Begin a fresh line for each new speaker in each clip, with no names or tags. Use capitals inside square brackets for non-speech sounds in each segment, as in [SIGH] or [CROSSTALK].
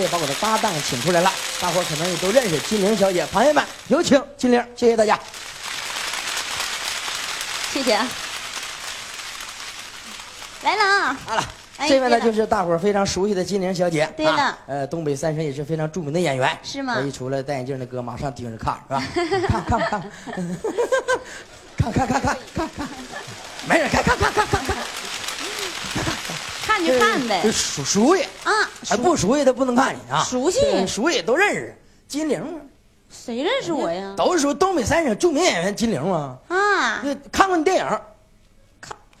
也把我的搭档请出来了，大伙儿可能也都认识金玲小姐。朋友们，有请金玲，谢谢大家。
谢谢啊！来了啊！
好了，
哎
这位呢
对了
就是大伙儿非常熟悉的金玲小姐。
对了
啊呃，东北三神也是非常著名的演员。
是吗
我一出来戴眼镜的哥马上盯着看，是吧？看看看，看看看看看看，没人看看看看看看，
看就看呗
就熟熟悉，
啊！
哎，不熟悉他不能看你啊。
熟悉嗯
对熟悉都认识。金玲嘛
谁认识我呀？
都是说东北三省著名演员金玲嘛。
啊！
那看过你电影儿？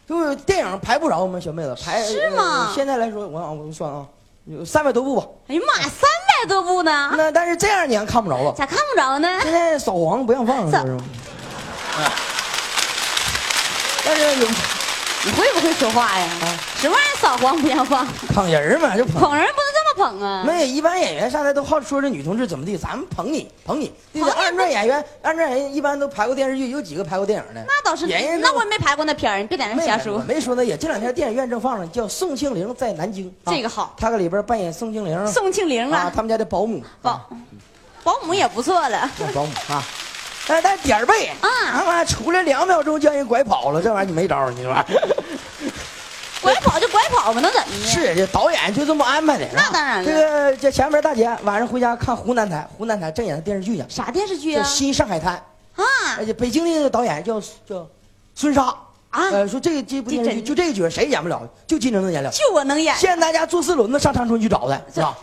就是电影排不着吗？小妹子排
是吗
呃现在来说，我啊我算啊，有三百多部吧。
哎呀妈呀，三百多部呢，
那但是这样你还看不着吧？
咋看不着呢？
现在扫黄不让放，是
扫
不是？啊但是有
你会不会说话呀？
啊
什么玩意儿扫黄不让放？
捧人儿嘛，就捧。
捧人不能这么捧啊！
没有一般演员上来都好说这女同志怎么地，咱们捧你捧你。那个
捧你
二转演员，二转演员一般都拍过电视剧，有几个拍过电影的？
那倒是，
演员
那
都
我也没排过那片儿，你别在那
没
哎瞎说
我。没说那也。这两天电影院正放着，叫《宋庆龄在南京》啊，
这个好
她搁里边扮演宋庆龄啊
宋庆龄
啊，
啊，
他们家的保姆，
保保姆也不错了。
这保姆啊。但但点儿背啊，他妈出来两秒钟就让人拐跑了，这玩意儿你没招儿，你说
[LAUGHS]
吧？
拐跑就拐跑吧，能怎么的？
是啊这导演就这么安排的。
那当然了
这个这前面大姐晚上回家看湖南台，湖南台正演的电视剧呢，
啥电视剧
叫《
啊？
新上海滩》，
啊
而且北京的那个导演叫叫孙莎
啊！
呃，说这个这部
这
电视剧
真
就这个角色谁演不了，就金玲能演了。
就我能演，
现在大家坐四轮子上长春去找的，是吧？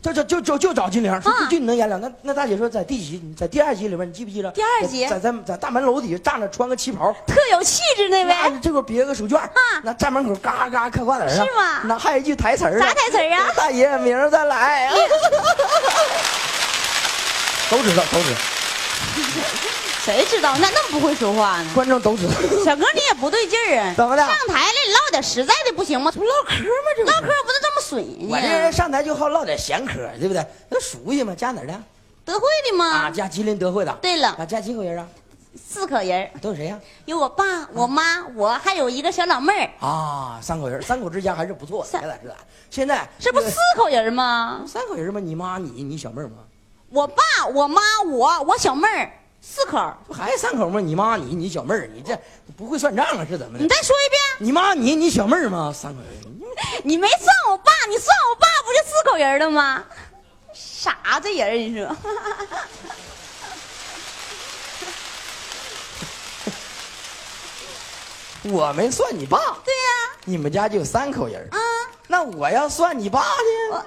就就就就就找金玲，说
嗯啊
就就你能演了。那那大姐说在第几集？在第二集里边，你记不记得？
第二集
在在在大门楼底下站着，穿个旗袍，
特有气质那位。
那这块别个手绢儿，那站门口嘎嘎嗑瓜子儿啊
啊是吗
那还有一句台词儿啊，
啥台词儿啊
大爷，明儿再来。啊
[LAUGHS]
都知道，都知道，
谁知道？那那么不会说话呢？
观众都知
[LAUGHS]
道。
小哥，你也不对劲儿啊！
怎么的
上台来唠点实在的不行吗？这不唠嗑吗？这唠嗑不是这么损人
我这
家
人？上台就好唠点闲嗑儿，对不对？那熟悉嘛，家哪儿的？
德惠的
啊，
吗？
家吉林德惠的。
对了
啊，家几口人啊？
四口人儿，
都有谁呀？
有我爸、我妈，我还有一个小老妹儿，
啊，三口人，三口之家还是不错的。
三
现在是，现在
这不
个
四口人吗？
三口人吗？你妈，你你小妹儿吗？
我爸、我妈、我、我小妹儿，四口儿。
不还三口吗？你妈，你你小妹儿，你这不会算账啊？是怎么的
你？再说一
你妈你你小妹儿吗？三口人，
遍，你没算我爸，你算我爸不就四口人了吗？傻这人儿，你说？ [LAUGHS]
我没算你爸，
对呀、
你们家就有三口人儿
啊，。
那我要算你爸呢
我？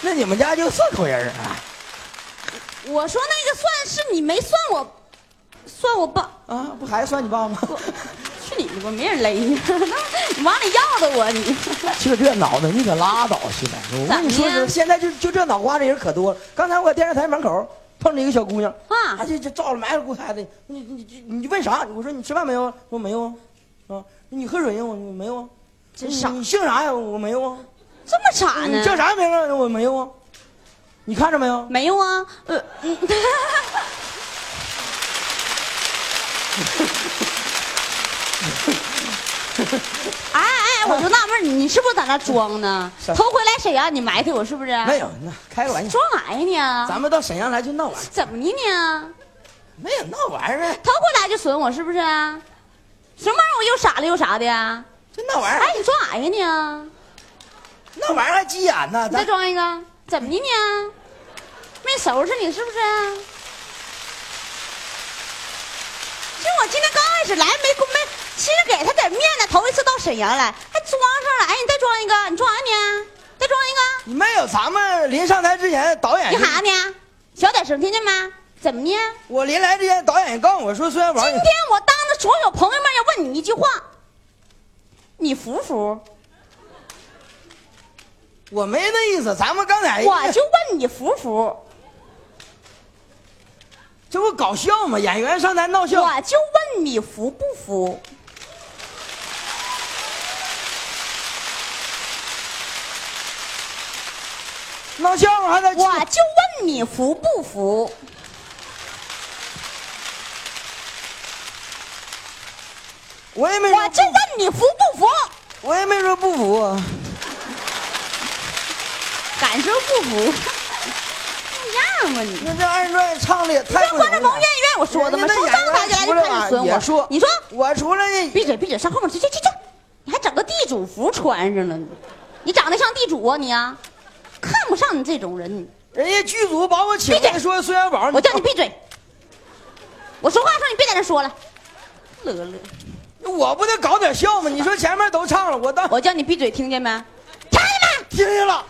那你们家就四口人儿啊
我说那个算是你没算我，算我爸。
啊？不还算你爸吗？
去你的吧，没人勒你，你往里要的我你。 [LAUGHS]
就这脑袋，你可拉倒去吧！我跟你说
咋的
说，
呀
现在就就这脑瓜子人可多了。刚才我搁电视台门口碰着一个小姑娘，
啊
她这这照着埋了锅塞的，你你你你问啥？我说你吃饭没有？我没有啊，啊，你喝水呀？我我没有啊，
真傻
你姓啥呀？我没有啊，
这么傻呢
你？叫啥名啊？我没有啊，你看着没有？
没有啊，
[LAUGHS]
呃，嗯，哎哎，我就纳闷儿，你是不是在那装呢？
啥
头回来沈阳，你埋汰我是不是？
没有，那开个玩笑。
装啥呀你啊？
咱们到沈阳来就闹玩意儿，
怎么的你啊？
没有闹玩意儿呗，
头回来就损我是不是啊？什么玩意儿？我又傻了又啥的呀？
就闹玩意
哎
儿，，
你装啥呀你啊？
闹玩意儿还急眼呢。
你再
咱
装一个，怎么的你啊？没收拾你是不是啊？其实我今天刚开始来没工没，其实给他点面子，头一次到沈阳来还装上了。哎，你再装一个，你装啥呢？再装一
你没有，咱们临上台之前，导演
个，你
就
喊啥呢？小点声，听见没？怎么呢？
我临来之前，导演告诉我说，虽然
今
王宇
天我当着所有朋友面要问你一句话，你服不服？
我没那意思，咱们刚才
我就问你服不服？
这不搞笑吗？演员上台闹笑，
我就问你服不服？
闹笑话还在
我就问你服不服？
我也没
我
说
就问你服不服？
不，我也没说不服啊。
感受不服，那样吧你。
那这二人转唱的也太
那观众朋友愿意怨我说的吗？
人家
说
那
上台
演
就
员
来
出来
就开
吧
始损
也
我，
说
你说
我出来
闭嘴闭嘴，上后面去去去去，你还整个地主服穿上了，你你长得像地主啊你啊？看不上你这种人，你
人家剧组把我请
闭
来
嘴
说孙元宝，
我叫你闭嘴！我说话的时候你别在那说了，乐乐，
我不得搞点笑吗？你说前面都唱了，我当
我叫你闭嘴，听见没？听见没？
听见了，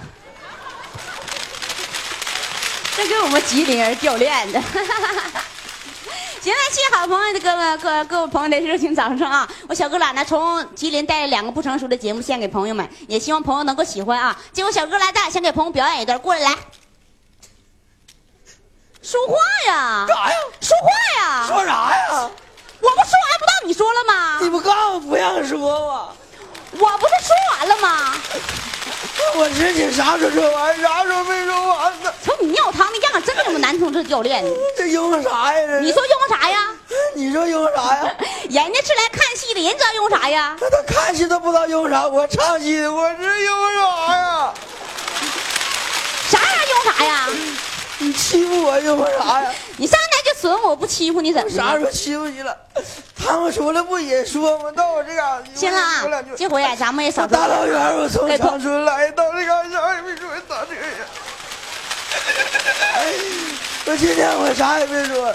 这给我们吉林人掉链子。 [LAUGHS] 行了，谢谢好朋友的各位各各位朋友的热情掌声啊！我小哥俩呢，从吉林带了两个不成熟的节目献给朋友们，也希望朋友能够喜欢啊。结果小哥来大，先给朋友表演一段，过来来，说话呀，
干啥呀？
说话呀，
说啥
啊
呀？
我不说哎完不到你说了吗？
你不告诉我不让说吗？
我不是说完了吗？
我知你啥时候说完，啥时候没说完呢？
瞅你尿糖那样，真他妈难听，这掉链子。
这因为啥呀？这
你说用啥呀？
你说因为啥呀？
人家是来看戏的，人知道用啥呀？
那他看戏都不知道因为啥，我唱戏我这因为啥呀？
啥人用啥呀？
你欺负我因为啥呀？
你上来就损我，我不欺负你怎么的？
啥时候欺负你了？他们出来不也说吗？到我这嘎、达，
行了
我
啊
两句，
这回呀、咱们也
我
少
大
说。
老远我从
给朋
长春来到这嘎、达，啥也没说，咋这
哎
样？我今天我啥也没说，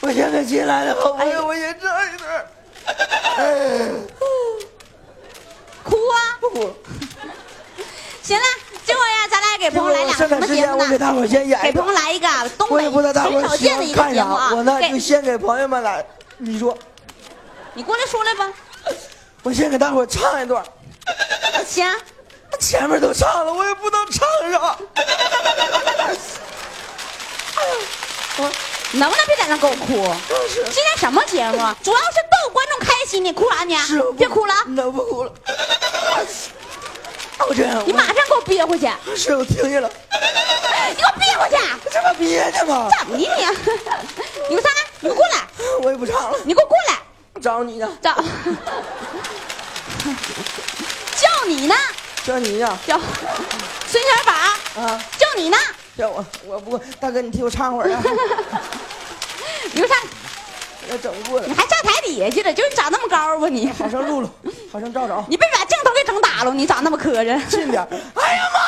我先给新来的好
哎
朋哎友，我先唱一段。哎，
哭啊！
不哭。
[LAUGHS] 行了，这回呀、咱俩给朋友来两
这
个
个我剩点
什么
时
节
间，
目
我给
呢？
大伙儿先演
给
一
朋友
个。
来一个东
我
北
也不知道大伙
很
儿
少
喜
见的
欢
一
看
个节
啥，
目啊
我呢！就
给
先给朋友们来，你说，
你过来说来吧。
我先给大伙儿唱一段。
行，
前面都唱了，我也不知道唱啊啥。
能不能别在那给我哭？
是
今天什么节目
[LAUGHS]
啊？主要是逗观众开心，你哭啥呢
是，我？不
别哭了啊，
那我不哭了。啊我这样，
你马上给我憋
[LAUGHS]
回去，你
我是我听见了，
给我憋回去，啊
这不憋的吗？
怎么的你？ [LAUGHS] 你给我上来，你给我过来，
我也不唱了，
你给我过来。
找你呢，
叫 [LAUGHS] 叫你呢，
叫你呢
叫孙小宝，
啊，
叫你呢， [LAUGHS]
叫我，我不，大哥你替我唱会儿啊，
你看
要整不过了
你，还站台底下去了，就是长那么高啊吧你？
好生录录，好生照着，
你别把镜头给整打了，你长那么磕碜。 [LAUGHS]
近点儿。哎呀妈